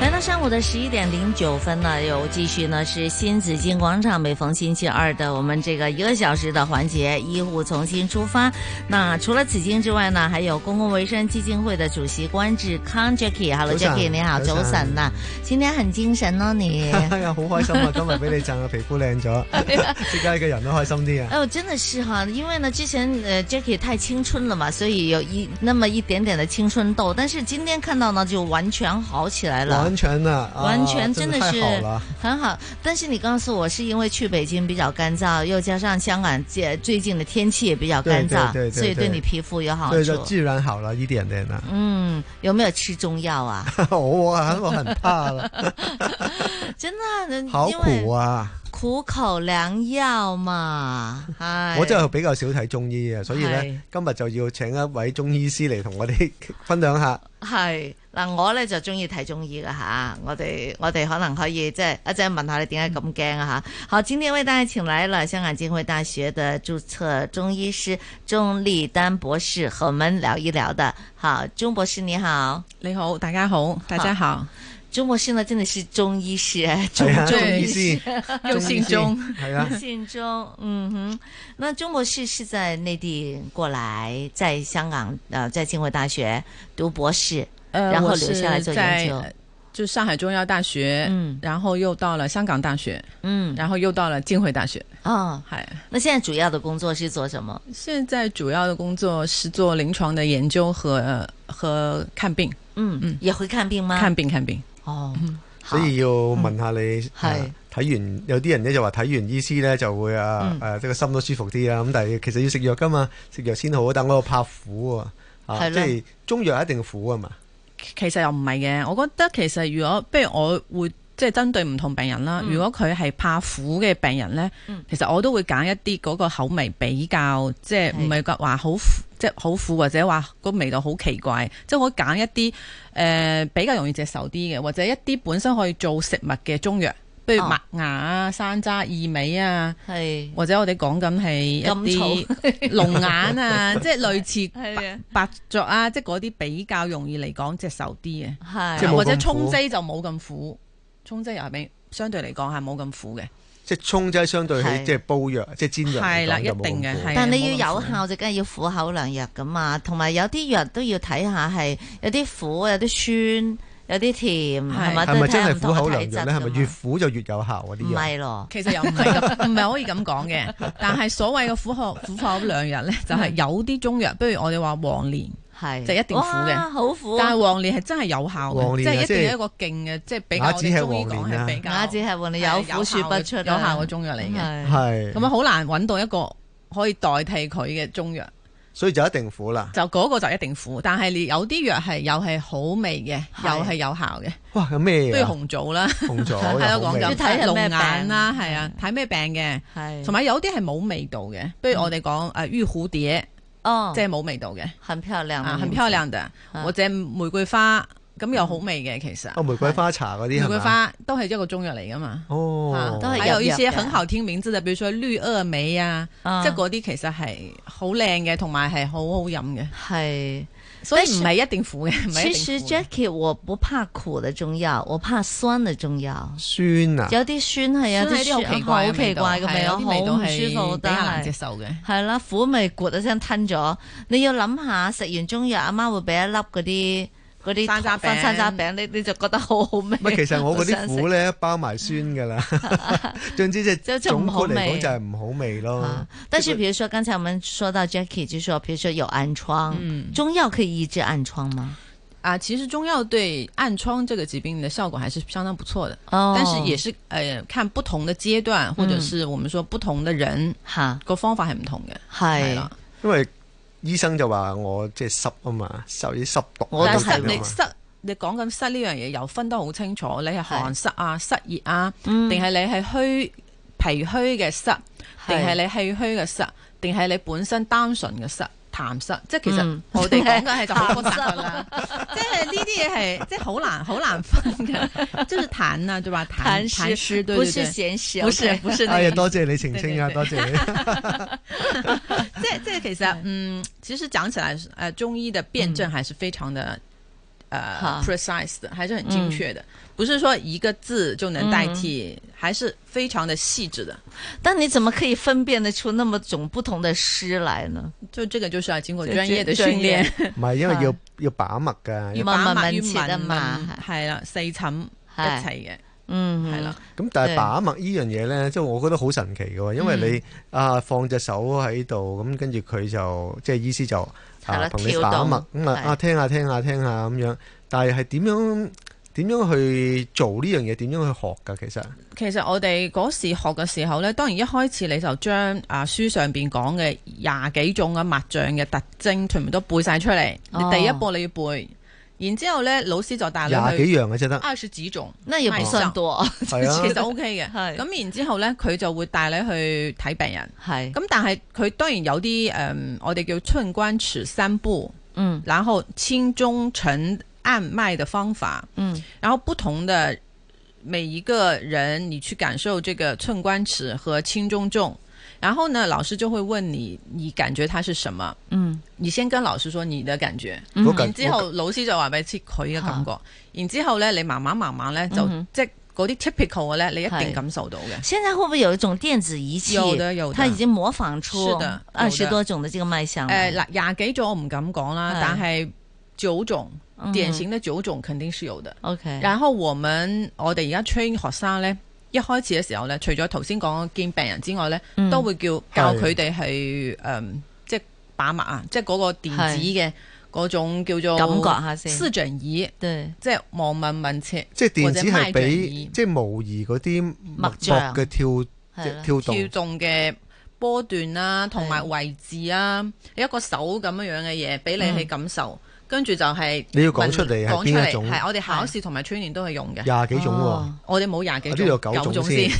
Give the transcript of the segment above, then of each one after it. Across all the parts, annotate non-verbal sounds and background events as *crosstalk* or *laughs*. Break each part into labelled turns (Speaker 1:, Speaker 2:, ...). Speaker 1: 来到上午的十一点零九分呢，又继续呢是新紫金广场每逢星期二的我们这个一个小时的环节“医护重新出发”。那除了紫金之外呢，还有公共卫生基金会的主席关志康 Jackie，Hello
Speaker 2: 早晨
Speaker 1: Jackie，你好，
Speaker 2: 早
Speaker 1: 早
Speaker 2: 晨
Speaker 1: 晨呐，今天很精神哦你。
Speaker 2: 哎呀，好開心啊！今日俾你讚啊，皮膚靚咗， *laughs* 即刻個人都開心啲啊！
Speaker 1: 哦，真的是哈，因为呢，之前呃，Jackie 太青春了嘛，所以有一那么一点点的青春痘，但是今天看到呢，就完全好起来了
Speaker 2: 完。全啊，啊
Speaker 1: 完全真
Speaker 2: 真
Speaker 1: 的
Speaker 2: 太
Speaker 1: 是
Speaker 2: 好了，
Speaker 1: 很好，但是你告诉我是因为去北京比较干燥，又加上香港这最近的天气也比较干燥，
Speaker 2: 对对对对
Speaker 1: 所以对你皮肤有好
Speaker 2: 对，就
Speaker 1: 处。
Speaker 2: 自然好了一點點啊！ *laughs*
Speaker 1: 嗯，有没有吃中药啊？ *laughs*
Speaker 2: 我啊，我很怕 *laughs* 了，
Speaker 1: 真的，因为
Speaker 2: 好苦啊！
Speaker 1: 苦口良藥嘛，唉，
Speaker 2: 我真係比較少睇中醫啊，所以
Speaker 1: 係
Speaker 2: 咧今日就要請一位中醫師嚟同我哋 *laughs* 分享下。
Speaker 1: 係嗱，我咧就中意睇中醫噶吓，我哋我哋可能可以即係一陣問下你點解咁驚啊吓。好，今天為大家請來了香港浸會大學的註冊中醫師鍾麗丹博士，和我們聊一聊的。好，鍾博士你好，
Speaker 3: 你好，大家好，大家
Speaker 1: *laughs*
Speaker 3: 好，
Speaker 1: 鍾博士呢真的是中醫師哎，中
Speaker 2: 係啊，
Speaker 3: 中
Speaker 2: 中
Speaker 3: 醫
Speaker 2: 醫師
Speaker 3: 又姓鍾，
Speaker 2: 係啊，
Speaker 1: 信中，嗯哼，那鍾博士是在內地過來，在香港呃在浸會大學读博士，
Speaker 3: 呃
Speaker 1: 然后
Speaker 3: 我
Speaker 1: 留
Speaker 3: 是
Speaker 1: 下来做研究
Speaker 3: 在就上海中医药大学，
Speaker 1: 嗯
Speaker 3: 然后又到了香港大学，
Speaker 1: 嗯，
Speaker 3: 然后又到了浸会大学。
Speaker 1: 哦，
Speaker 3: 嗨，
Speaker 1: 那現在主要的工作是做什么？
Speaker 3: 现在主要的工作是做临床的研究和呃和看病，
Speaker 1: 嗯
Speaker 3: 嗯，
Speaker 1: 也会看病吗？
Speaker 3: 看病看病。
Speaker 1: 哦，好
Speaker 2: 所，以要問下你
Speaker 1: 係
Speaker 2: 啊睇完有啲人咧就話睇完醫師咧就會啊
Speaker 1: 嗯
Speaker 2: 誒即係個心都舒服啲啊，咁但係其實要食藥噶嘛，食藥先好，但我又怕苦喎，啊
Speaker 1: 係
Speaker 2: 即
Speaker 1: 咯
Speaker 2: 係中藥一定苦啊嘛，
Speaker 3: 其實又唔係嘅，我覺得其實如果不如我會即係針對唔同病人啦。
Speaker 1: 嗯
Speaker 3: 如果佢係怕苦嘅病人呢，
Speaker 1: 嗯
Speaker 3: 其實我都會揀一啲嗰個口味比較即係唔係話好苦即係好苦或者話個味道好奇怪，即係我揀一啲誒、呃比較容易接受啲嘅，或者一啲本身可以做食物嘅中藥，譬如
Speaker 1: 哦
Speaker 3: 麥芽啊、山楂、薏米啊。
Speaker 1: 系
Speaker 3: 或者我哋講緊係一
Speaker 1: 甘
Speaker 3: 啲龍眼啊， *laughs* 即係類似
Speaker 1: 係啊
Speaker 3: 白白作啊，即係嗰啲比較容易嚟講接受啲嘅。
Speaker 1: 系
Speaker 2: 即係冇
Speaker 3: 或者
Speaker 2: 咁苦
Speaker 3: 沖劑就冇咁苦，沖劑又係比相對嚟講係冇咁苦嘅，
Speaker 2: 即係沖劑相對
Speaker 1: 係
Speaker 2: 起即係煲藥即係煎藥嚟
Speaker 3: 係啦，
Speaker 2: 講
Speaker 3: 一
Speaker 2: 就冇咁
Speaker 3: 定嘅，
Speaker 2: 苦
Speaker 3: 係
Speaker 1: 但
Speaker 3: 啊冇
Speaker 1: 你
Speaker 3: 咁
Speaker 1: 要有
Speaker 3: 苦
Speaker 1: 效就梗係要苦口良藥噶嘛，同埋有啲藥都要睇下係有啲苦，有啲酸，有啲甜，係咪？
Speaker 3: 係
Speaker 2: 係咪
Speaker 1: 都睇
Speaker 2: 真
Speaker 1: 下
Speaker 2: 係
Speaker 1: 唔
Speaker 2: 苦
Speaker 1: 同嘅
Speaker 2: 口良
Speaker 1: 體質
Speaker 2: 藥咧？係
Speaker 1: 㗎嘛
Speaker 2: 咪越苦就越有效啊？
Speaker 1: 唔
Speaker 2: 啲藥
Speaker 1: 係咯？
Speaker 3: 其實又唔係
Speaker 2: *laughs*
Speaker 3: 咁，唔係可以咁講嘅。但係所謂嘅苦口苦口良藥咧，就係
Speaker 2: 嗯
Speaker 3: 有啲中藥，不如我哋話黃連，
Speaker 1: 係
Speaker 3: 就一定苦嘅
Speaker 1: 哇好苦。啊
Speaker 3: 但係黃連係真係有效
Speaker 2: 黃
Speaker 3: 嘅，即
Speaker 2: 連啊
Speaker 3: 係一
Speaker 2: 即係
Speaker 3: 定係一個勁嘅，即係比較
Speaker 2: 雅
Speaker 3: 我
Speaker 2: 子
Speaker 3: 哋
Speaker 2: 係
Speaker 3: 中
Speaker 2: 黃
Speaker 3: 醫講
Speaker 2: 連啊
Speaker 3: 係比較
Speaker 1: 雅只係話你有
Speaker 3: 係
Speaker 1: 苦說不出啊
Speaker 3: 有效嘅中藥嚟嘅。
Speaker 1: 係
Speaker 2: 係
Speaker 3: 咁啊，好難揾到一個可以代替佢嘅中藥，
Speaker 2: 所以就一定苦啦。
Speaker 3: 就嗰個就一定苦。但係你有啲藥係又係好味嘅，
Speaker 1: 係
Speaker 3: 又係有效嘅，
Speaker 2: 哇，有咩
Speaker 3: 不如
Speaker 2: 嘢啊？
Speaker 3: 紅棗啦。
Speaker 2: 紅棗
Speaker 3: *laughs* 係
Speaker 2: 又好
Speaker 3: 咯，講
Speaker 2: 味
Speaker 1: 要
Speaker 3: 緊
Speaker 1: 睇係
Speaker 3: 龍
Speaker 1: 咩病嗯
Speaker 3: 眼啦，係啊，睇咩病嘅，
Speaker 1: 係
Speaker 3: 同埋有啲係冇味道嘅，不如我哋講誒玉蝴蝶，
Speaker 1: 哦，嗯
Speaker 3: 即係冇味道嘅，
Speaker 1: 很漂亮
Speaker 3: 啊，很漂亮嘅，
Speaker 1: 啊
Speaker 3: 或者玫瑰花，咁又好味嘅，其實
Speaker 2: 哦，玫瑰花茶嗰啲
Speaker 3: 玫
Speaker 2: 係
Speaker 3: 瑰
Speaker 2: 嘛？
Speaker 3: 花都係一個中藥嚟噶嘛，
Speaker 2: 哦
Speaker 3: 啊，
Speaker 1: 都係
Speaker 3: 還有一些
Speaker 1: 入藥嘅
Speaker 3: 很好聽名字嘅，比如說綠萼梅啊，
Speaker 1: 啊
Speaker 3: 即係嗰啲其實係好靚嘅，同埋係好好飲嘅，
Speaker 1: 係。
Speaker 3: 所以唔係一定苦嘅，唔係
Speaker 1: 其
Speaker 3: 一
Speaker 1: 實
Speaker 3: 定苦嘅。
Speaker 1: Jackie 我不怕苦的中藥，我怕酸的中藥。
Speaker 2: 酸啊！
Speaker 1: 有啲酸係有
Speaker 3: 真係
Speaker 1: 啲
Speaker 3: 啲好奇怪
Speaker 1: 好奇怪嘅
Speaker 3: 味道係
Speaker 1: 道，
Speaker 3: 有啊啲
Speaker 1: 好唔舒服，
Speaker 3: 味道係比較難
Speaker 1: 但
Speaker 3: 接
Speaker 1: 係
Speaker 3: 受嘅。哎
Speaker 1: 係啦，苦味咕一聲吞咗。你要諗下，食完中藥，阿媽會俾一粒嗰啲嗰啲
Speaker 3: 山楂餅
Speaker 1: 山楂餅，你你就覺得好好
Speaker 2: *laughs*
Speaker 1: 味。
Speaker 2: 唔係，其實我嗰
Speaker 1: 好
Speaker 2: 啲
Speaker 1: 想
Speaker 2: 苦
Speaker 1: 食啊
Speaker 2: 咧包埋酸㗎啦，
Speaker 1: *laughs*
Speaker 2: *laughs* 總之即
Speaker 1: 就
Speaker 2: 係
Speaker 1: 就唔
Speaker 2: 總
Speaker 1: 好
Speaker 2: 括
Speaker 1: 味
Speaker 2: 嚟講就係唔好味咯
Speaker 1: 啊。，但是比如說剛才我們說到 Jackie，就說，比如說有暗瘡，
Speaker 3: 嗯
Speaker 1: 中藥可以抑制暗瘡嗎？
Speaker 3: 啊，其实中药对暗疮这个疾病的效果还是相当不错的，
Speaker 1: 哦，
Speaker 3: 但是也是呃看不同的阶段，或者
Speaker 1: 嗯
Speaker 3: 是我们说不同的人
Speaker 1: 吓
Speaker 3: 个方法系唔同嘅，係
Speaker 1: 係
Speaker 3: 啦。
Speaker 2: 因為醫生就話我即係濕啊嘛，受啲濕毒
Speaker 1: 我都
Speaker 2: 嗰
Speaker 3: 但
Speaker 2: 度
Speaker 1: 係
Speaker 3: 係
Speaker 2: 嚟
Speaker 3: 你
Speaker 2: 㗎嘛。
Speaker 3: 濕你講緊濕呢樣嘢又分得好清楚，你係寒
Speaker 1: 係
Speaker 3: 濕啊、濕熱啊，
Speaker 1: 嗯
Speaker 3: 定係你係虛脾虛嘅濕，定係你氣虛嘅濕，定係你本身單純嘅濕。痰濕，即係其實
Speaker 1: 嗯
Speaker 3: 我哋講緊係就好複雜㗎
Speaker 1: 痰
Speaker 3: *laughs* 啦，即係呢啲嘢係即係好難好難分
Speaker 1: *laughs*
Speaker 3: 嘅，就是痰啊，對吧？痰
Speaker 1: 痰濕
Speaker 3: 痰濕，對
Speaker 1: 不
Speaker 3: 對
Speaker 1: 是
Speaker 3: 對，
Speaker 1: 閒事，
Speaker 3: 不是
Speaker 1: OK
Speaker 3: 不是那
Speaker 2: 哎呀，
Speaker 3: 個
Speaker 2: 多謝你澄清啊，
Speaker 3: 對
Speaker 2: 多謝你。
Speaker 3: 即係即係其實嗯，其實講起來，呃，中醫的辨證還是非常的。呃
Speaker 1: 嗯好嗯
Speaker 3: ，precise 的还是很精确的，不是说一个字就能代替，还是非常的细致的。
Speaker 1: 但你怎么可以分辨得出那么种不同的诗来呢？
Speaker 3: 就这个就是要经过
Speaker 1: 就
Speaker 3: 专 *laughs* 业的
Speaker 1: 专
Speaker 3: 训练，
Speaker 2: 唔係因為
Speaker 1: *laughs*
Speaker 2: 要
Speaker 1: 啊
Speaker 2: 要把脈㗎，
Speaker 1: 要
Speaker 2: 咁
Speaker 1: 慢慢慢
Speaker 3: 要
Speaker 1: 切得嘛
Speaker 3: 系嗯啦，四診一
Speaker 1: 係
Speaker 3: 齊嘅，
Speaker 1: 嗯，
Speaker 3: 係啦，
Speaker 2: 但
Speaker 1: 對
Speaker 2: 係把脈呢樣嘢咧，即係我覺得好神奇嘅喎，因為
Speaker 3: 嗯
Speaker 2: 你啊放隻手喺度，咁跟住佢就即係醫師就
Speaker 1: 係啦
Speaker 2: 啊同你
Speaker 1: 跳
Speaker 2: 把
Speaker 1: 動
Speaker 2: 脈，咁啊
Speaker 1: 係
Speaker 2: 啊聽下聽下聽下咁樣，但係係點樣點樣去做呢樣嘢？點樣去學㗎？其實
Speaker 3: 其實我哋嗰時學嘅時候呢，當然一開始你就將啊書上邊講嘅廿幾種嘅脈象嘅特徵全部都背晒出嚟。
Speaker 1: 哦
Speaker 3: 你第一步你要背，然之後呢，老師就啊帶你
Speaker 2: 廿
Speaker 3: 去
Speaker 2: 幾樣嘅啫得，
Speaker 3: 二十幾種，
Speaker 1: 那也不算多， *laughs*
Speaker 2: 係
Speaker 3: 其
Speaker 2: 啊，
Speaker 3: 實 OK 嘅。
Speaker 1: 係
Speaker 3: 咁然之後呢，佢就會帶你去睇病人。
Speaker 1: 係，
Speaker 3: 咁但係佢當然有啲誒、嗯我哋叫寸關尺三步，
Speaker 1: 嗯
Speaker 3: 然後輕中沉按脈的方法。
Speaker 1: 嗯
Speaker 3: 然后不同的每一个人，你去感受这个寸关尺和轻中重。然后呢，老师就会问你，你感觉它是什么？
Speaker 1: 嗯，
Speaker 3: 你先跟老师说你的感覺，
Speaker 2: 我感
Speaker 3: 然之後老師就話俾你知佢嘅感覺，然之後咧你慢慢慢慢咧就、
Speaker 1: 嗯哼
Speaker 3: 即係嗰啲 typical 嘅咧，你一
Speaker 1: 係
Speaker 3: 定感受到嘅。
Speaker 1: 现在会不会有一种电子儀器，
Speaker 3: 有的有的
Speaker 1: 它已經模仿
Speaker 3: 是
Speaker 1: 出
Speaker 3: 的哎有的
Speaker 1: 二十多種的這個賣相了？
Speaker 3: 誒嗱，廿幾種我唔敢講啦
Speaker 1: 啊係，
Speaker 3: 但係九種
Speaker 1: 嗯
Speaker 3: 典型的九種肯定是有的。
Speaker 1: ，OK，
Speaker 3: 然後我們我哋而家 train 學生呢，一開始嘅時候呢，除咗頭先講見病人之外呢，
Speaker 1: 嗯
Speaker 3: 都會叫教佢哋係誒，即係把脈啊，即係嗰個電子嘅嗰種叫做
Speaker 1: 感覺下先
Speaker 3: 思像儀，
Speaker 1: 對，
Speaker 3: 即係望聞問切
Speaker 2: 即係電子
Speaker 3: 或者
Speaker 2: 係
Speaker 3: 脈
Speaker 2: 俾
Speaker 3: 象
Speaker 2: 即係模擬嗰啲脈搏
Speaker 1: 象
Speaker 2: 嘅跳
Speaker 1: 係啦
Speaker 2: 跳動
Speaker 3: 跳動嘅。波段啦、同埋位置啊，一個手咁樣樣嘅嘢俾
Speaker 1: 嗯
Speaker 3: 你去感受，跟住就係
Speaker 2: 你要講出嚟係
Speaker 3: 問講出
Speaker 2: 邊一
Speaker 3: 嚟
Speaker 2: 種
Speaker 3: 係我哋考試同埋 training 都係用嘅，
Speaker 2: 廿幾種喎
Speaker 1: 哦，
Speaker 3: 我哋冇廿幾
Speaker 2: 啊呢
Speaker 3: 種，
Speaker 2: 度有九種
Speaker 3: 種
Speaker 2: 先，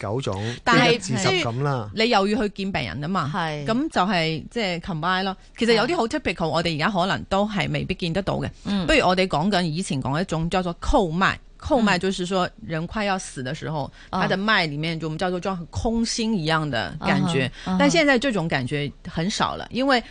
Speaker 2: 九種，
Speaker 3: 但
Speaker 1: 係
Speaker 2: 即係一至
Speaker 3: 即係
Speaker 2: 十咁啦。
Speaker 3: 你又要去見病人啊嘛，
Speaker 1: 係
Speaker 3: 咁就係即係 combine 咯。其實有啲好 typical，我哋而家可能都係未必見得到嘅。
Speaker 1: 嗯
Speaker 3: 不如我哋講緊以前講一種叫做叩脈，叩脈就是說人快要死的時候，
Speaker 1: 嗯啊
Speaker 3: 他的脈裡面就我們叫做像空心一樣的感覺。
Speaker 1: 啊哈
Speaker 3: 但現在這種感覺很少了，因為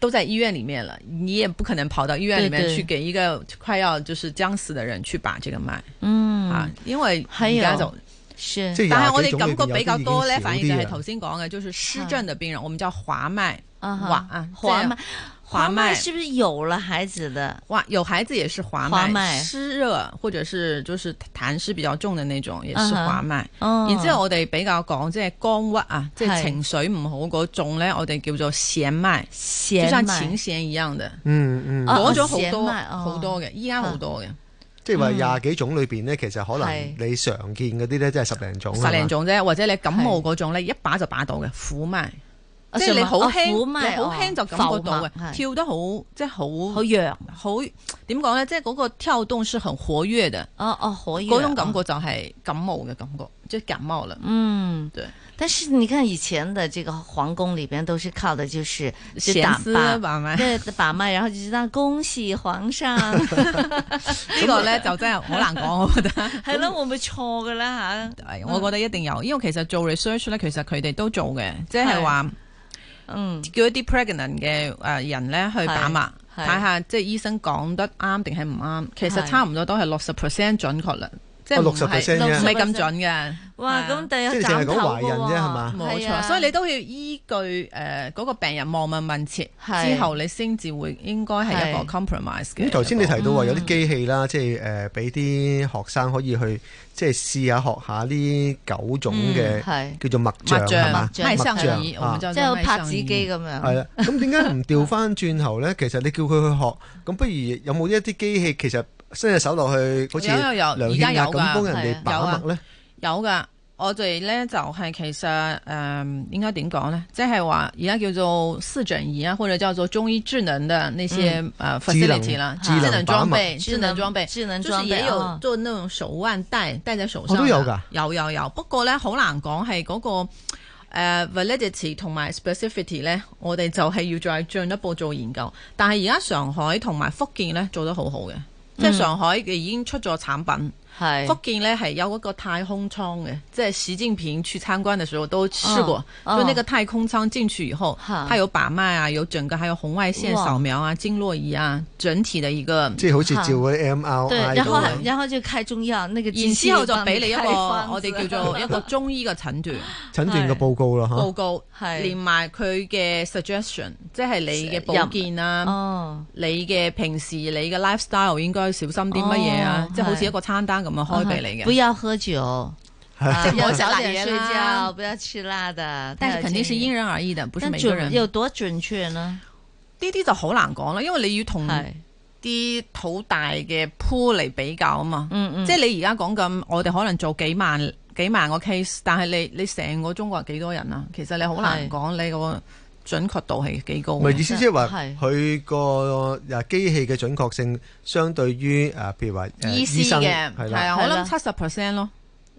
Speaker 3: 都在醫院裡面了，你也不可能跑到醫院裡面
Speaker 1: 對對
Speaker 3: 去給一個快要就是將死的人去把這個脈、啊
Speaker 1: 嗯，，啊
Speaker 3: 因為
Speaker 1: 還
Speaker 3: 而
Speaker 1: 有
Speaker 3: 家就。
Speaker 1: 是，
Speaker 2: 即係
Speaker 3: 但係我
Speaker 2: 廿幾
Speaker 3: 哋
Speaker 2: 種裏
Speaker 3: 感
Speaker 2: 邊有
Speaker 3: 覺比較
Speaker 2: 啲已
Speaker 3: 多咧，
Speaker 2: 經
Speaker 3: 反而
Speaker 2: 少
Speaker 3: 就
Speaker 2: 啲
Speaker 3: 係
Speaker 2: 啊
Speaker 3: 頭先講嘅，就是失症嘅病人，我們叫滑脈。
Speaker 1: 啊哈
Speaker 3: 滑啊，
Speaker 1: 滑
Speaker 3: 即係
Speaker 1: 脈，
Speaker 3: 滑
Speaker 1: 脈
Speaker 3: 脈
Speaker 1: 是不是有了孩子的？
Speaker 3: 滑有孩子也是滑
Speaker 1: 滑
Speaker 3: 脈，
Speaker 1: 脈
Speaker 3: 濕熱或者是就是痰濕比較重的那種，也是滑脈。
Speaker 1: 嗯，
Speaker 3: 然之後我哋比較講即係肝鬱啊，即
Speaker 1: 係
Speaker 3: 係情緒唔好嗰種咧，我哋叫做癬脈，
Speaker 1: 弦
Speaker 3: 就像
Speaker 1: 脈
Speaker 3: 琴癬一樣嘅，
Speaker 2: 嗯嗯，
Speaker 1: 啊
Speaker 3: 嗰種好
Speaker 1: 癬
Speaker 3: 多
Speaker 1: 脈哦
Speaker 3: 好多嘅，依家好多嘅
Speaker 2: 即係話
Speaker 3: 嗯
Speaker 2: 廿幾種裏邊咧，其實可能
Speaker 1: 係
Speaker 2: 你常見嗰啲咧，即係十零種。啊
Speaker 3: 十零
Speaker 2: 係嘛。
Speaker 3: 種啫，或者你感冒嗰種咧，一把就把到嘅苦脈。
Speaker 1: 啊
Speaker 3: 即係你
Speaker 1: 什麼
Speaker 3: 好輕，
Speaker 1: 啊苦脈
Speaker 3: 你好輕就感覺到
Speaker 1: 哦
Speaker 3: 嘅
Speaker 1: 浮，脈係
Speaker 3: 跳得好，即係好
Speaker 1: 好弱，
Speaker 3: 好點講咧？即係嗰個跳動是很活躍嘅，
Speaker 1: 哦哦，可以
Speaker 3: 嗰種感覺就係感冒嘅感覺，即係感冒啦。
Speaker 1: 嗯，
Speaker 3: 對。
Speaker 1: 但是你看以前的这个皇宫里边都是靠的就是就
Speaker 3: 癬
Speaker 1: 打
Speaker 3: 絲
Speaker 1: 把
Speaker 3: 把
Speaker 1: *laughs*
Speaker 3: 脈
Speaker 1: 对把脉，然后就知道恭喜皇
Speaker 3: *laughs*
Speaker 1: 上， *laughs*
Speaker 3: 呢個
Speaker 1: 啊
Speaker 3: 咧就真係好難講，我覺
Speaker 1: *laughs*
Speaker 3: 得。
Speaker 1: 係咯，會唔會錯噶啦吓？
Speaker 3: 係我覺得一定有，因為其實做 research 咧，其實佢哋都做嘅，即係話
Speaker 1: 嗯，
Speaker 3: 叫一啲 pregnant 嘅誒人咧去打脈，
Speaker 1: 係係
Speaker 3: 睇下即係醫生講得啱定係唔啱。其實
Speaker 1: 係
Speaker 3: 差唔多都係六十 percent 準確率，即係
Speaker 2: 哦
Speaker 3: 唔
Speaker 2: 60%
Speaker 3: 係
Speaker 2: 啫
Speaker 3: 唔係咁準嘅。
Speaker 1: 哇，
Speaker 3: 係啊
Speaker 1: 咁第
Speaker 2: 即
Speaker 1: 日
Speaker 2: 係淨
Speaker 1: 斬
Speaker 2: 係
Speaker 1: 頭
Speaker 2: 講
Speaker 1: 㗎
Speaker 2: 懷孕啫
Speaker 1: 喎
Speaker 2: 係嘛
Speaker 3: 冇
Speaker 1: 係啊
Speaker 3: 錯，所以你都要依據呃誒嗰、個病人望問問切
Speaker 1: 係
Speaker 3: 之後，你先至會應該係一個
Speaker 1: 係
Speaker 3: compromise 嘅一個。
Speaker 2: 咁頭先你提到
Speaker 3: 嗯
Speaker 2: 話有啲機器啦，即係誒俾啲學生可以去即係試下學下呢九種嘅
Speaker 1: 嗯
Speaker 3: 嗯
Speaker 1: 係
Speaker 2: 叫做脈象
Speaker 3: 脈
Speaker 2: 係嘛
Speaker 3: 象、？
Speaker 1: 象
Speaker 3: 脈象
Speaker 1: 脈
Speaker 2: 象
Speaker 3: 儀，我們
Speaker 2: 啊
Speaker 3: 叫
Speaker 1: 即
Speaker 3: 做
Speaker 1: 係好
Speaker 3: 脈
Speaker 1: 似拍
Speaker 3: 象
Speaker 1: 子
Speaker 3: 儀
Speaker 1: 機咁樣。
Speaker 2: 係啦，咁點解唔調翻轉頭咧？其實你叫佢去學，咁不如有冇一啲機器其實伸隻手落去，好似
Speaker 3: 有有有
Speaker 2: 量
Speaker 3: 而家
Speaker 2: 血壓
Speaker 3: 有㗎
Speaker 2: 咁幫人
Speaker 1: 係啊
Speaker 2: 哋把脈咧？
Speaker 3: 有噶。我哋咧就係、其實誒、嗯、應該點講咧，即係話而家叫做四診儀啊，或者叫做中醫智能的那些誒、呃
Speaker 2: 智嗯能
Speaker 3: facility 啦，
Speaker 2: 智能
Speaker 3: 裝
Speaker 2: 把
Speaker 3: 備、智能裝備。
Speaker 1: 智能
Speaker 3: 就是
Speaker 1: 裝備
Speaker 3: 也有
Speaker 1: 哦
Speaker 3: 做那種手腕戴戴在手
Speaker 2: 我
Speaker 3: 上啊，
Speaker 2: 哦都有㗎
Speaker 3: 有有有。不過咧，好難講係嗰個、呃 validity 同埋 specificity 咧，我哋就係要再進一步做研究。但係而家上海同埋福建咧做得好好嘅，即
Speaker 2: 嗯
Speaker 3: 係上海已經出咗產品。
Speaker 1: 係
Speaker 3: 福建呢係有一個太空艙嘅，即係習近平去參觀的時候都試過，
Speaker 1: 嗯嗯
Speaker 3: 就那個太空艙進去以後，
Speaker 1: 哈
Speaker 3: 它有把脈啊，有整個還有紅外線
Speaker 1: 哇
Speaker 3: 掃描啊、經絡儀啊，整體的一個。
Speaker 2: 即係好似照嗰啲 MRI
Speaker 1: 對，
Speaker 2: 咁
Speaker 1: 然後
Speaker 2: 樣
Speaker 1: 然後就開中藥，那個
Speaker 3: 然
Speaker 1: 機器
Speaker 3: 之後就
Speaker 1: 幫
Speaker 3: 俾你一個
Speaker 1: 開方
Speaker 3: *laughs* 我哋
Speaker 1: 子
Speaker 3: 叫做一個中醫嘅診斷
Speaker 2: 診斷嘅報告啦
Speaker 3: 報
Speaker 2: 嚇。
Speaker 3: 告，
Speaker 1: *laughs* 係
Speaker 3: 連埋佢嘅 suggestion，即係你嘅保健啊，
Speaker 1: 哦，
Speaker 3: 你嘅平時你嘅 lifestyle 應該小心啲乜嘢啊
Speaker 1: 哦，
Speaker 3: 即係好似
Speaker 1: 係
Speaker 3: 一個餐單咁樣開俾你嘅
Speaker 1: 嗯不。要喝
Speaker 3: *laughs*
Speaker 1: 酒，啊
Speaker 3: 不要
Speaker 1: 要
Speaker 3: 吃辣
Speaker 1: 早點
Speaker 3: 嘢
Speaker 1: 睡
Speaker 3: 啦
Speaker 1: 覺，不要吃辣的。
Speaker 3: 但是肯定是因
Speaker 1: 人，
Speaker 3: 人而異的，不是
Speaker 1: 但
Speaker 3: 每個人。
Speaker 1: 準有多準確呢？嗯
Speaker 3: 呢啲就好難講啦，因為你要同
Speaker 1: 係，
Speaker 3: 啲好大嘅 pool 嚟比較啊嘛。
Speaker 1: 嗯嗯，
Speaker 3: 即係你而家講緊，我哋可能做幾萬幾萬個 case，但係你你成個中國幾多人啊？其實你好難
Speaker 1: 係
Speaker 3: 講你個準確度係幾高
Speaker 2: 唔。係意思即係話
Speaker 1: 係
Speaker 2: 佢個誒機器嘅準確性相對於誒譬如話誒
Speaker 3: 醫師
Speaker 2: 醫呃生
Speaker 3: 嘅
Speaker 2: 係
Speaker 3: E 係
Speaker 2: 啦，
Speaker 3: 啊，我
Speaker 1: 係啦
Speaker 3: 諗七十 percent 咯，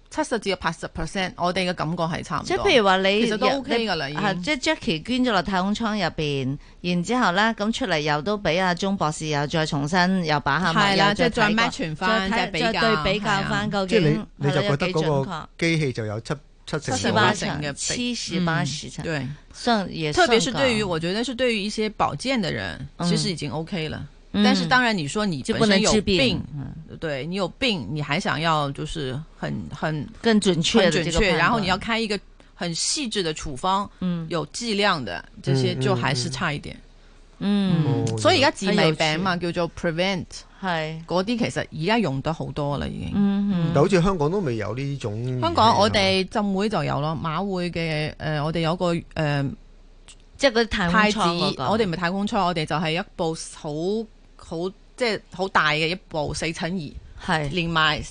Speaker 3: 七十至八十 percent，我哋嘅感覺係差唔多。
Speaker 1: 即係譬如話你
Speaker 3: 其實都 OK 㗎啦已經
Speaker 1: 啊即係 Jackie 捐咗落太空艙入邊，然之後咧咁出嚟又都俾阿鐘博士又再重新又把下脈，
Speaker 3: 係啦
Speaker 1: 又
Speaker 3: 即係再
Speaker 1: 睇過
Speaker 3: match 返
Speaker 1: 再睇
Speaker 3: 即係比啊較
Speaker 1: 再對比較翻究
Speaker 2: 即係
Speaker 1: 竟
Speaker 2: 你你
Speaker 1: 係
Speaker 2: 就
Speaker 1: 啦有
Speaker 2: 覺得
Speaker 1: 幾
Speaker 2: 嗰
Speaker 1: 準確
Speaker 2: 個機器就有七七成
Speaker 3: 七
Speaker 1: 十
Speaker 3: 十
Speaker 2: 嘅
Speaker 1: 八
Speaker 3: 八
Speaker 2: 話
Speaker 3: 成嘅
Speaker 1: 成，
Speaker 3: 比
Speaker 1: 七十八十成，
Speaker 3: 對，
Speaker 1: 算也
Speaker 3: 嗯特別
Speaker 1: 算
Speaker 3: 是
Speaker 1: 高
Speaker 3: 對於我覺得是對於一些保健的人，
Speaker 1: 嗯
Speaker 3: 其實已經 OK 了。
Speaker 1: 嗯
Speaker 3: 但是當然，你說你
Speaker 1: 就
Speaker 3: 本
Speaker 1: 不能
Speaker 3: 身有
Speaker 1: 治
Speaker 3: 病，
Speaker 1: 嗯
Speaker 3: 对你有病，你还想要就是很很
Speaker 1: 更準確
Speaker 3: 很
Speaker 1: 的
Speaker 3: 准
Speaker 1: 這個
Speaker 3: 确，
Speaker 1: 判
Speaker 3: 然後
Speaker 1: 斷
Speaker 3: 你要開一個很細緻的處方，
Speaker 1: 嗯
Speaker 3: 有劑量的，這些就還是差一點。
Speaker 1: 嗯
Speaker 2: 嗯嗯
Speaker 3: 所以而家治未病嘛，叫做 prevent
Speaker 1: 係
Speaker 3: 嗰啲，其實而家用得好多啦，已經。
Speaker 1: 嗯啊
Speaker 2: 但好似香港都未有呢種。
Speaker 3: 香港我哋浸會就有咯，馬會嘅誒、呃我哋有個誒、呃
Speaker 1: 即係嗰啲太
Speaker 3: 太子，
Speaker 1: 空啊艙嗰個
Speaker 3: 我哋唔係太空艙，我哋就係一部好好即係好大嘅一部四診儀。
Speaker 1: 係
Speaker 3: 連埋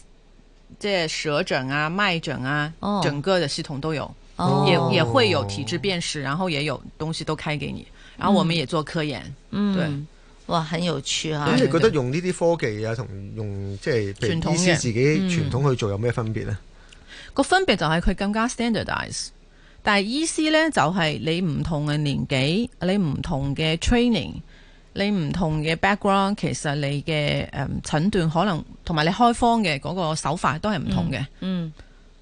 Speaker 3: 即係舌診啊、脈診啊，
Speaker 1: 哦
Speaker 3: 整個的系統都有，
Speaker 2: 哦
Speaker 3: 也也會有體質辨識，然後也有東西都開給你，然後我們也做科研，
Speaker 1: 嗯，哇，很有趣啊
Speaker 2: 咁
Speaker 3: 對！
Speaker 2: 你覺得用呢啲科技啊，同用即係譬
Speaker 3: 傳
Speaker 2: 如
Speaker 3: 統
Speaker 2: 醫師
Speaker 3: 嘅
Speaker 2: 自己傳統去做有咩分別呢？
Speaker 3: 個分別就係佢更加 standardize。但係醫師呢，就係你唔同嘅年紀，你唔同嘅 training，你唔同嘅 background，其實你嘅誒、嗯、診斷可能同埋你開方嘅嗰個手法都係唔同嘅。
Speaker 1: 嗯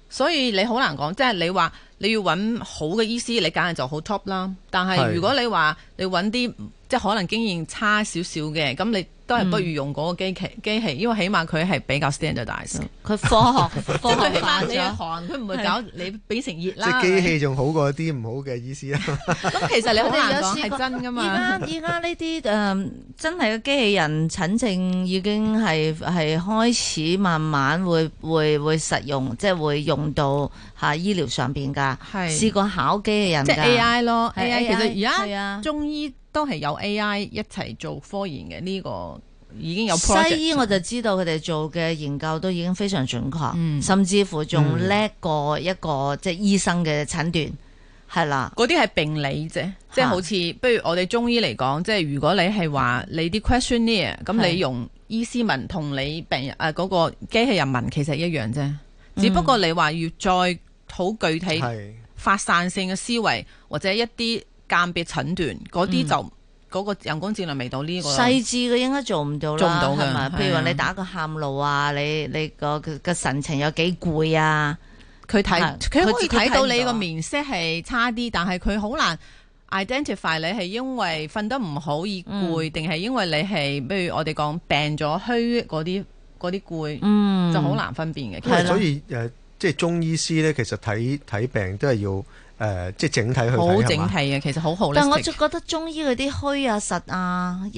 Speaker 3: 所以你好難講，即係你話你要揾好嘅醫師，你梗係就好 top 啦。但係
Speaker 2: 係
Speaker 3: 如果你話你揾啲即係可能經驗差少少嘅，咁你都係不如
Speaker 2: 嗯
Speaker 3: 用嗰個機器、機器，因為起碼佢係比較 standardized。
Speaker 2: 嗯
Speaker 1: 佢科
Speaker 3: *laughs*
Speaker 1: 學科
Speaker 3: 即係佢
Speaker 1: 學
Speaker 3: 起
Speaker 1: 化
Speaker 3: 碼你嘅
Speaker 1: 咗，
Speaker 3: 寒，佢唔會搞你俾成
Speaker 2: 即
Speaker 3: 熱
Speaker 2: 係
Speaker 3: 啦。
Speaker 2: 機器仲好過啲唔好嘅醫師啦。
Speaker 3: 咁其實你
Speaker 1: 我
Speaker 3: 好難講
Speaker 1: 哋有試過
Speaker 3: 係真噶
Speaker 1: 依
Speaker 3: 嘛。 *laughs*
Speaker 1: 家依家呢啲誒真係嘅機器人診症已經係係開始慢慢會會會實用，即係會用到嚇醫療上邊㗎。
Speaker 3: 係
Speaker 1: 試過考機器人
Speaker 3: 即係
Speaker 1: 㗎
Speaker 3: AI 咯
Speaker 1: 係啊
Speaker 3: ，AI 其實而
Speaker 1: 係
Speaker 3: 家
Speaker 1: 啊
Speaker 3: 中醫都係有 AI 一齊做科研嘅呢、個已經有 project。
Speaker 1: 西醫我就知道佢哋做嘅研究都已經非常準確，
Speaker 3: 嗯
Speaker 1: 甚至乎仲叻過一個即係醫生嘅診斷，係啦，
Speaker 3: 嗰啲係病理啫，即係好似，不如我哋中醫嚟講，即係如果你係話你啲 questionnaire，咁
Speaker 1: 嗯係
Speaker 3: 你用醫師文同你病人誒嗰個機器人文其實一樣啫，
Speaker 1: 嗯
Speaker 3: 只不過你話要再好具體
Speaker 2: 係
Speaker 3: 發散性嘅思維，或者一啲鑑別診斷嗰啲就嗰個人工智能未到呢個。
Speaker 1: 嗯細緻嘅應該做唔到啦，
Speaker 3: 做唔到㗎
Speaker 1: 係咪？
Speaker 3: 係啊
Speaker 1: 譬如話你打個喊路啊，你你個個個神情有幾攰啊，
Speaker 3: 佢睇
Speaker 1: 係
Speaker 3: 佢可
Speaker 1: 佢
Speaker 3: 以睇到你
Speaker 1: 佢睇唔到
Speaker 3: 個面色係差啲，但係佢好難 identify 你係因為瞓得唔好而
Speaker 1: 嗯
Speaker 3: 攰，定係、因為你係，譬如我哋講病咗虛嗰啲嗰啲攰，
Speaker 1: 嗯，
Speaker 3: 就好難分辨嘅。其
Speaker 2: 因為
Speaker 3: 實
Speaker 1: 係啦
Speaker 2: 所以誒，即係中醫師咧，其實睇睇病都係要誒、呃即係整體去
Speaker 3: 好
Speaker 2: 睇係
Speaker 3: 整
Speaker 2: 嘛
Speaker 3: 體嘅，其實好好。
Speaker 1: 但我就覺得中醫嗰啲虛啊、實啊、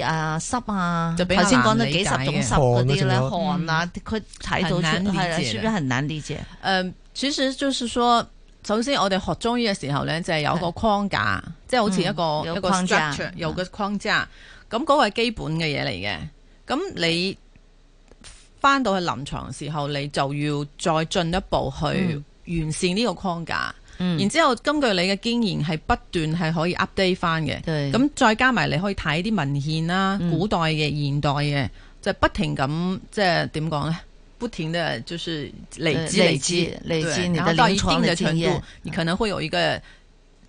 Speaker 1: 啊濕啊，
Speaker 3: 就比較
Speaker 1: 頭先講到
Speaker 3: 難
Speaker 1: 幾
Speaker 3: 理
Speaker 1: 十
Speaker 3: 解
Speaker 1: 種
Speaker 3: 嘅
Speaker 1: 濕嗰啲
Speaker 2: 汗
Speaker 1: 咧，
Speaker 2: 啊仲
Speaker 3: 有
Speaker 1: 汗啊，佢睇到出
Speaker 3: 很難理
Speaker 1: 係啦，
Speaker 3: 解
Speaker 1: 是不是很難理解？
Speaker 3: 誒，呃其實就是說，首先我哋學中醫嘅時候呢，就係、有個框架，即係好似一個、
Speaker 1: 嗯有
Speaker 3: 一個
Speaker 1: 框架
Speaker 3: structure，有個框架。咁嗰個係基本嘅嘢嚟嘅。咁你翻到去臨床時候，你就要再進一步去完善呢個框架。
Speaker 1: 嗯
Speaker 3: 然之後，根據你嘅經驗係不斷係可以 update 翻嘅。
Speaker 1: 對
Speaker 3: 咁再加埋你可以睇啲文獻啦，
Speaker 1: 嗯
Speaker 3: 古代嘅、現代嘅，就不停咁即係點講呢？不停的就是累積
Speaker 1: 呃累
Speaker 3: 累積
Speaker 1: 積累積
Speaker 3: 對
Speaker 1: 你的
Speaker 3: 然後到一
Speaker 1: 臨床
Speaker 3: 定
Speaker 1: 的
Speaker 3: 的程
Speaker 1: 經驗嗯
Speaker 3: 度，你可能會有一個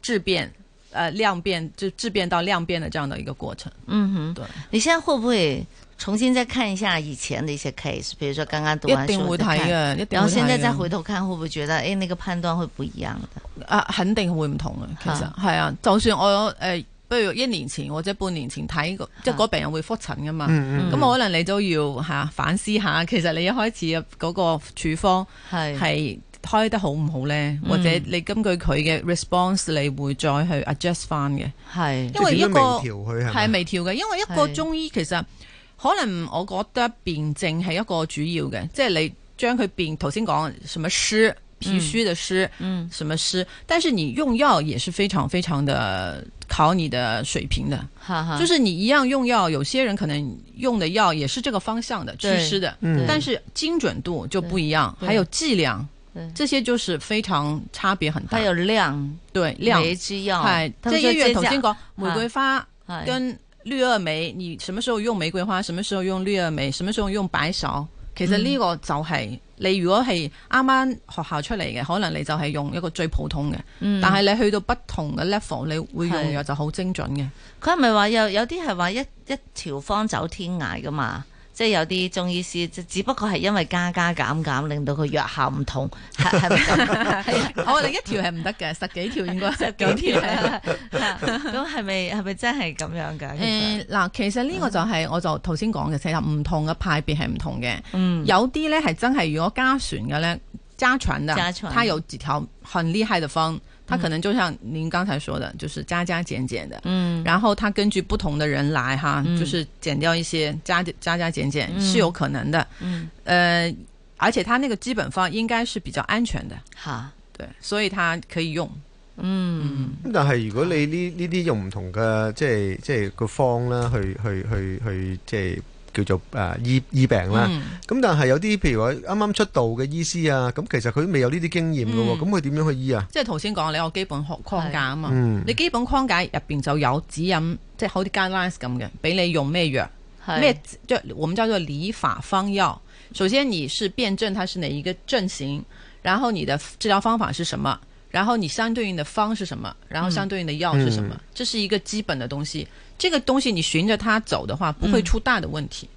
Speaker 3: 質變，呃量變就質變到量變的這樣的一個過程。
Speaker 1: 嗯哼，
Speaker 3: 對，
Speaker 1: 你現在會不會重新再看一下以前的一些 case？比如說剛剛讀完書
Speaker 3: 一定會
Speaker 1: 再
Speaker 3: 睇啊
Speaker 1: 看，
Speaker 3: 嘅，一定會睇嘅。
Speaker 1: 然後現在再回頭看，會不會覺得誒、哎那個判斷會不一樣的？
Speaker 3: 啊，肯定會唔同嘅。其實
Speaker 1: 嚇
Speaker 3: 係啊，就算我誒、呃，不如一年前或者半年前睇過，即係嗰病人會覆診噶嘛。
Speaker 2: 嗯
Speaker 3: 咁、可能你都要嚇、反思下，其實你一開始嘅嗰個處方
Speaker 1: 係
Speaker 3: 係開得好唔好咧？或者你根據佢嘅 response，你會再去 adjust 翻嘅。
Speaker 1: 係
Speaker 3: 因為一
Speaker 2: 即
Speaker 3: 個
Speaker 2: 係點樣微調佢係咪
Speaker 3: 係微調嘅，因為一個
Speaker 1: 係
Speaker 3: 中醫其實可能我覺得辨證係一個主要嘅，即係你將佢辨頭先講什麼濕脾虛的濕，
Speaker 1: 嗯
Speaker 3: 什麼濕，但是你用藥也是非常非常的考你的水平的，
Speaker 1: 哈哈，
Speaker 3: 就是你一樣用藥，有些人可能用的藥也是這個方向的祛
Speaker 1: 對
Speaker 3: 濕的，
Speaker 2: 嗯
Speaker 3: 但是精準度就不一樣，
Speaker 1: 對
Speaker 3: 還有劑量
Speaker 1: 對，
Speaker 3: 這些就是非常差別很大
Speaker 1: 它。有量
Speaker 3: 對量，
Speaker 1: 每一支藥，
Speaker 3: 係即
Speaker 1: 他
Speaker 3: 係
Speaker 1: 們說
Speaker 3: 醫院
Speaker 1: 這
Speaker 3: 頭先哎
Speaker 1: 價
Speaker 3: 講玫瑰花。
Speaker 1: 係
Speaker 3: 跟綠萼眉，啊你什麼時候用玫瑰花，什麼時候用綠萼眉，什麼時候用白芍，其實呢個就係、你如果係啱啱學校出嚟嘅，可能你就係用一個最普通嘅，
Speaker 1: 嗯
Speaker 3: 但係你去到不同嘅 level，你會用藥就好精準嘅。
Speaker 1: 佢係咪話有有啲係話一一條方走天涯噶嘛？即係有啲中醫師，即只不過係因為加加減減，令到佢藥效唔同，係係咪咁？
Speaker 3: 我哋一條係唔得嘅，十幾條應
Speaker 1: *laughs*
Speaker 3: 該 *laughs* 十
Speaker 1: 有啲係
Speaker 3: *laughs*
Speaker 1: 咁係咪係咪真係咁樣㗎？其實
Speaker 3: 誒呃嗱，其實呢個就係我就頭先講嘅，其實唔同嘅派別係唔同嘅。
Speaker 1: 嗯，
Speaker 3: 有啲咧係真係如果家傳嘅咧，家傳的，
Speaker 1: 家傳
Speaker 3: 啊它有幾條很厲害的方，它可能就像您剛才说的，就是加加减减的。
Speaker 1: 嗯
Speaker 3: 然后它根据不同的人来哈，
Speaker 1: 嗯
Speaker 3: 就是减掉一些，加加加减减、
Speaker 1: 嗯
Speaker 3: 是有可能的。
Speaker 1: 嗯，
Speaker 3: 呃，而且它那个基本方应该是比较安全的，
Speaker 1: 嚇，
Speaker 3: 对，所以它可以用。
Speaker 1: 嗯
Speaker 2: 咁但係如果你呢呢啲用唔同嘅即係即係個方啦，去去去去即係叫做誒醫醫病啦。
Speaker 3: 嗯，
Speaker 2: 咁但係有啲譬如話啱啱出道嘅醫師啊，咁其實佢未有呢啲經驗嘅喎，
Speaker 3: 嗯
Speaker 2: 咁佢點樣去醫啊？
Speaker 3: 即係頭先講你有基本框框架啊嘛。
Speaker 2: 嗯
Speaker 3: 你基本框架入邊就有指引，即係好似 guidelines 咁嘅，俾你用咩藥，
Speaker 1: 係
Speaker 3: 咩就我們叫做理法方药。首先你是辨证它是哪一个症型，然后你的治疗方法是什么，然后你相对应的方是什么，然后相对应的药是什么，
Speaker 2: 嗯
Speaker 3: 这是一个基本的东西。这个东西你循着它走的话，不会出大的问題。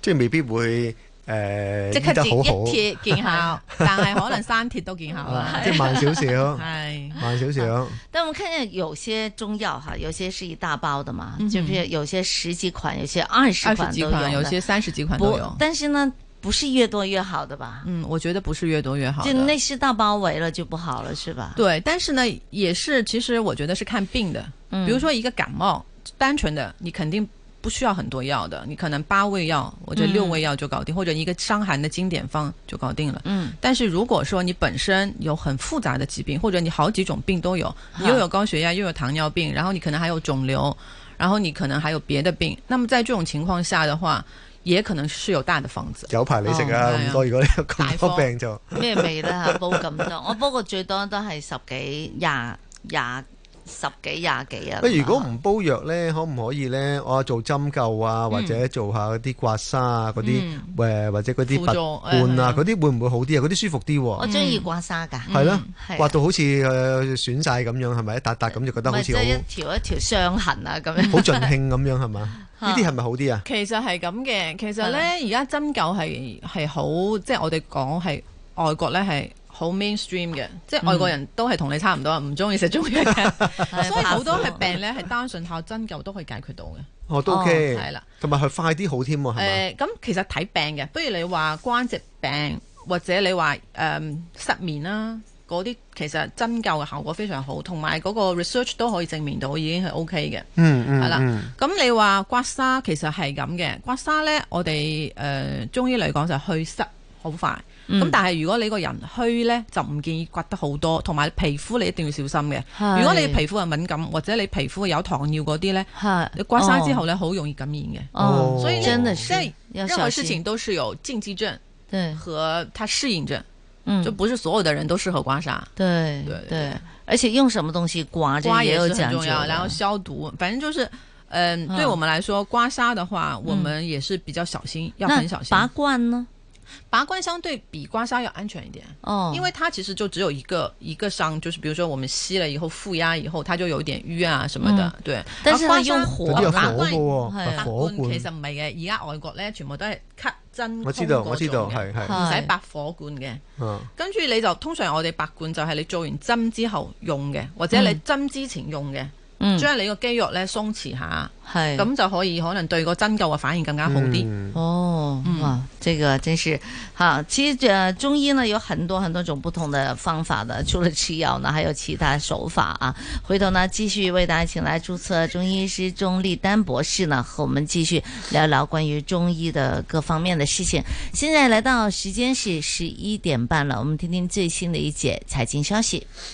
Speaker 2: 即係未必會誒
Speaker 3: 即
Speaker 2: 醫
Speaker 3: 刻
Speaker 2: 得
Speaker 3: 截
Speaker 2: 好好，
Speaker 3: 一貼見效，但係可能三貼都見效
Speaker 2: 啊
Speaker 3: 啦。 *laughs*
Speaker 2: 即係慢少少，
Speaker 3: 係
Speaker 2: 慢少少。
Speaker 1: 但我们看见有些中藥哈，有些是一大包的嘛，
Speaker 3: 嗯哼
Speaker 1: 就是有些十幾款，有些二十
Speaker 3: 二十
Speaker 1: 款
Speaker 3: 幾
Speaker 1: 都
Speaker 3: 款，有
Speaker 1: 的
Speaker 3: 些三十幾款都
Speaker 1: 不
Speaker 3: 有，。
Speaker 1: 但是呢，不是越多越好的吧？
Speaker 3: 嗯，我覺得不是越多越好的。
Speaker 1: 就那是大包圍了就不好了，是吧？
Speaker 3: 对，但是呢，也是其实我觉得是看病的。
Speaker 1: 嗯
Speaker 3: 比如说一个感冒，单纯的你肯定不需要很多药的，你可能八味药或者六味药就搞定，或者一个伤寒的经典方就搞定了。
Speaker 1: 嗯，
Speaker 3: 但是如果说你本身有很复杂的疾病，或者你好几种病都有，你又有高血压，又有糖尿病，然后你可能还有肿瘤，然后你可能还有别的病，那么在这种情况下的话，也可能是有大的方子。
Speaker 2: 有排你食啊，
Speaker 3: 哦係
Speaker 2: 咁
Speaker 3: 啊
Speaker 2: 多如果你有咁
Speaker 3: 大
Speaker 2: 多
Speaker 3: 方
Speaker 2: 病就
Speaker 1: 咩味咧嚇？煲咁
Speaker 3: *laughs*
Speaker 1: 多，我煲過最多都係十幾、廿、廿十幾、廿幾啊。
Speaker 2: 喂，如果唔煲藥咧，可唔可以咧？我做針灸啊，或者做下嗰啲刮痧啊，嗰啲
Speaker 3: 嗯
Speaker 2: 誒或者嗰啲
Speaker 3: 輔
Speaker 2: 拔
Speaker 3: 助
Speaker 2: 罐啊，
Speaker 3: 誒係啊
Speaker 2: 嗰啲會唔會好啲啊？嗰啲舒服啲喎。
Speaker 1: 我中
Speaker 3: 嗯
Speaker 1: 意刮痧㗎，
Speaker 2: 係啦
Speaker 1: 係啊，
Speaker 2: 刮到好似誒損晒咁樣，係咪一笪笪咁就覺得
Speaker 1: 唔
Speaker 2: 好
Speaker 1: 係即
Speaker 2: 似
Speaker 1: 係
Speaker 3: *laughs*
Speaker 1: 一
Speaker 2: 好
Speaker 1: 條一條傷痕啊咁樣。
Speaker 2: 好盡興咁樣係嘛？呢啲係咪好啲啊？
Speaker 3: 其實係咁嘅，其實咧而家針灸係係好，即係我哋講係外國咧係好 mainstream 嘅，即係外國人都係同你差唔多，唔中意食中藥嘅，
Speaker 1: *laughs* 嗯
Speaker 3: *laughs*
Speaker 1: 係
Speaker 3: 所以好多
Speaker 1: 怕
Speaker 3: 係
Speaker 1: 苦
Speaker 3: 病咧係單純靠針灸都可以解決到嘅。
Speaker 2: 我都 OK，
Speaker 3: 哦係啦
Speaker 2: 同埋佢快啲好添喎，係咪？
Speaker 3: 誒，咁其實睇病嘅，不如你話關節病或者你話誒、失眠啦。嗰啲其實針灸嘅效果非常好，同埋嗰個 research 都可以證明到已經係 OK 嘅。
Speaker 2: 嗯嗯，
Speaker 3: 係啦
Speaker 2: 嗯
Speaker 3: 咁你話刮痧其實係咁嘅，刮痧呢，我哋誒、呃中醫嚟講就去濕好快。咁、
Speaker 1: 嗯
Speaker 3: 但係如果你個人虛呢，就唔建議刮得好多，同埋皮膚你一定要小心嘅。
Speaker 1: 係
Speaker 3: 如果你皮膚係敏感或者你皮膚有糖尿嗰啲呢，
Speaker 1: 係
Speaker 3: 你刮痧之後呢，好容易感染嘅。
Speaker 1: 哦，
Speaker 3: 所以呢
Speaker 1: 真的
Speaker 3: 即係
Speaker 1: 要
Speaker 3: 任
Speaker 1: 小
Speaker 3: 何事
Speaker 1: 心
Speaker 3: 情都是有禁忌症
Speaker 1: 對
Speaker 3: 和它適應症。
Speaker 1: 嗯
Speaker 3: 就不是所有的人都适合刮痧。
Speaker 1: 对
Speaker 3: 对对
Speaker 1: 对，而且用什么东西刮，这
Speaker 3: 刮
Speaker 1: 也
Speaker 3: 也
Speaker 1: 有
Speaker 3: 是
Speaker 1: 讲
Speaker 3: 很
Speaker 1: 究
Speaker 3: 重要，
Speaker 1: 的。
Speaker 3: 然后消毒，反正就是，嗯，
Speaker 1: 嗯
Speaker 3: 对我们来说，刮痧的话，我们也是比较小心，要
Speaker 1: 那
Speaker 3: 很小心。
Speaker 1: 拔罐呢？
Speaker 3: 拔罐相对比刮痧要安全一点，
Speaker 1: 哦，
Speaker 3: 因为它其实就只有一个一个伤，就是比如说我们吸了以后负压以后，它就有一点瘀啊什么的，对。
Speaker 1: 嗯
Speaker 3: 啊
Speaker 1: 但是
Speaker 3: 刮
Speaker 1: 它
Speaker 3: 痧
Speaker 1: 用火啊
Speaker 2: 嗰啲有
Speaker 3: 拔
Speaker 1: 拔係
Speaker 2: 火
Speaker 3: 罐
Speaker 2: 嘅喎，拔
Speaker 1: 啊
Speaker 3: 拔
Speaker 2: 火
Speaker 3: 罐
Speaker 2: 罐
Speaker 3: 其。實唔係嘅，而家外國咧全部都係咳真
Speaker 2: 我知道，
Speaker 3: 空嗰
Speaker 2: 我知道，
Speaker 3: 種嘅
Speaker 2: 係係，
Speaker 1: 嚇
Speaker 3: 唔使拔火罐嘅。
Speaker 2: 嗯，
Speaker 3: 跟住你就通常我哋拔罐就係你做完針之後用嘅，或者你針之前用嘅，
Speaker 1: 嗯
Speaker 3: 將你個肌肉咧鬆弛下。
Speaker 1: 係
Speaker 3: 咁就可以可能對個針灸嘅反應更加好啲。
Speaker 2: 嗯
Speaker 1: 哦，
Speaker 3: 嗯
Speaker 1: 哇，这个真是哈。其实呃，中医呢有很多很多种不同的方法的，除了吃药呢，还有其他手法啊。回头呢，继续为大家请来注册中医师钟立丹博士呢，和我们继续聊聊关于中医的各方面的事情。现在来到时间是十一点半了，我们听听最新的一节财经消息。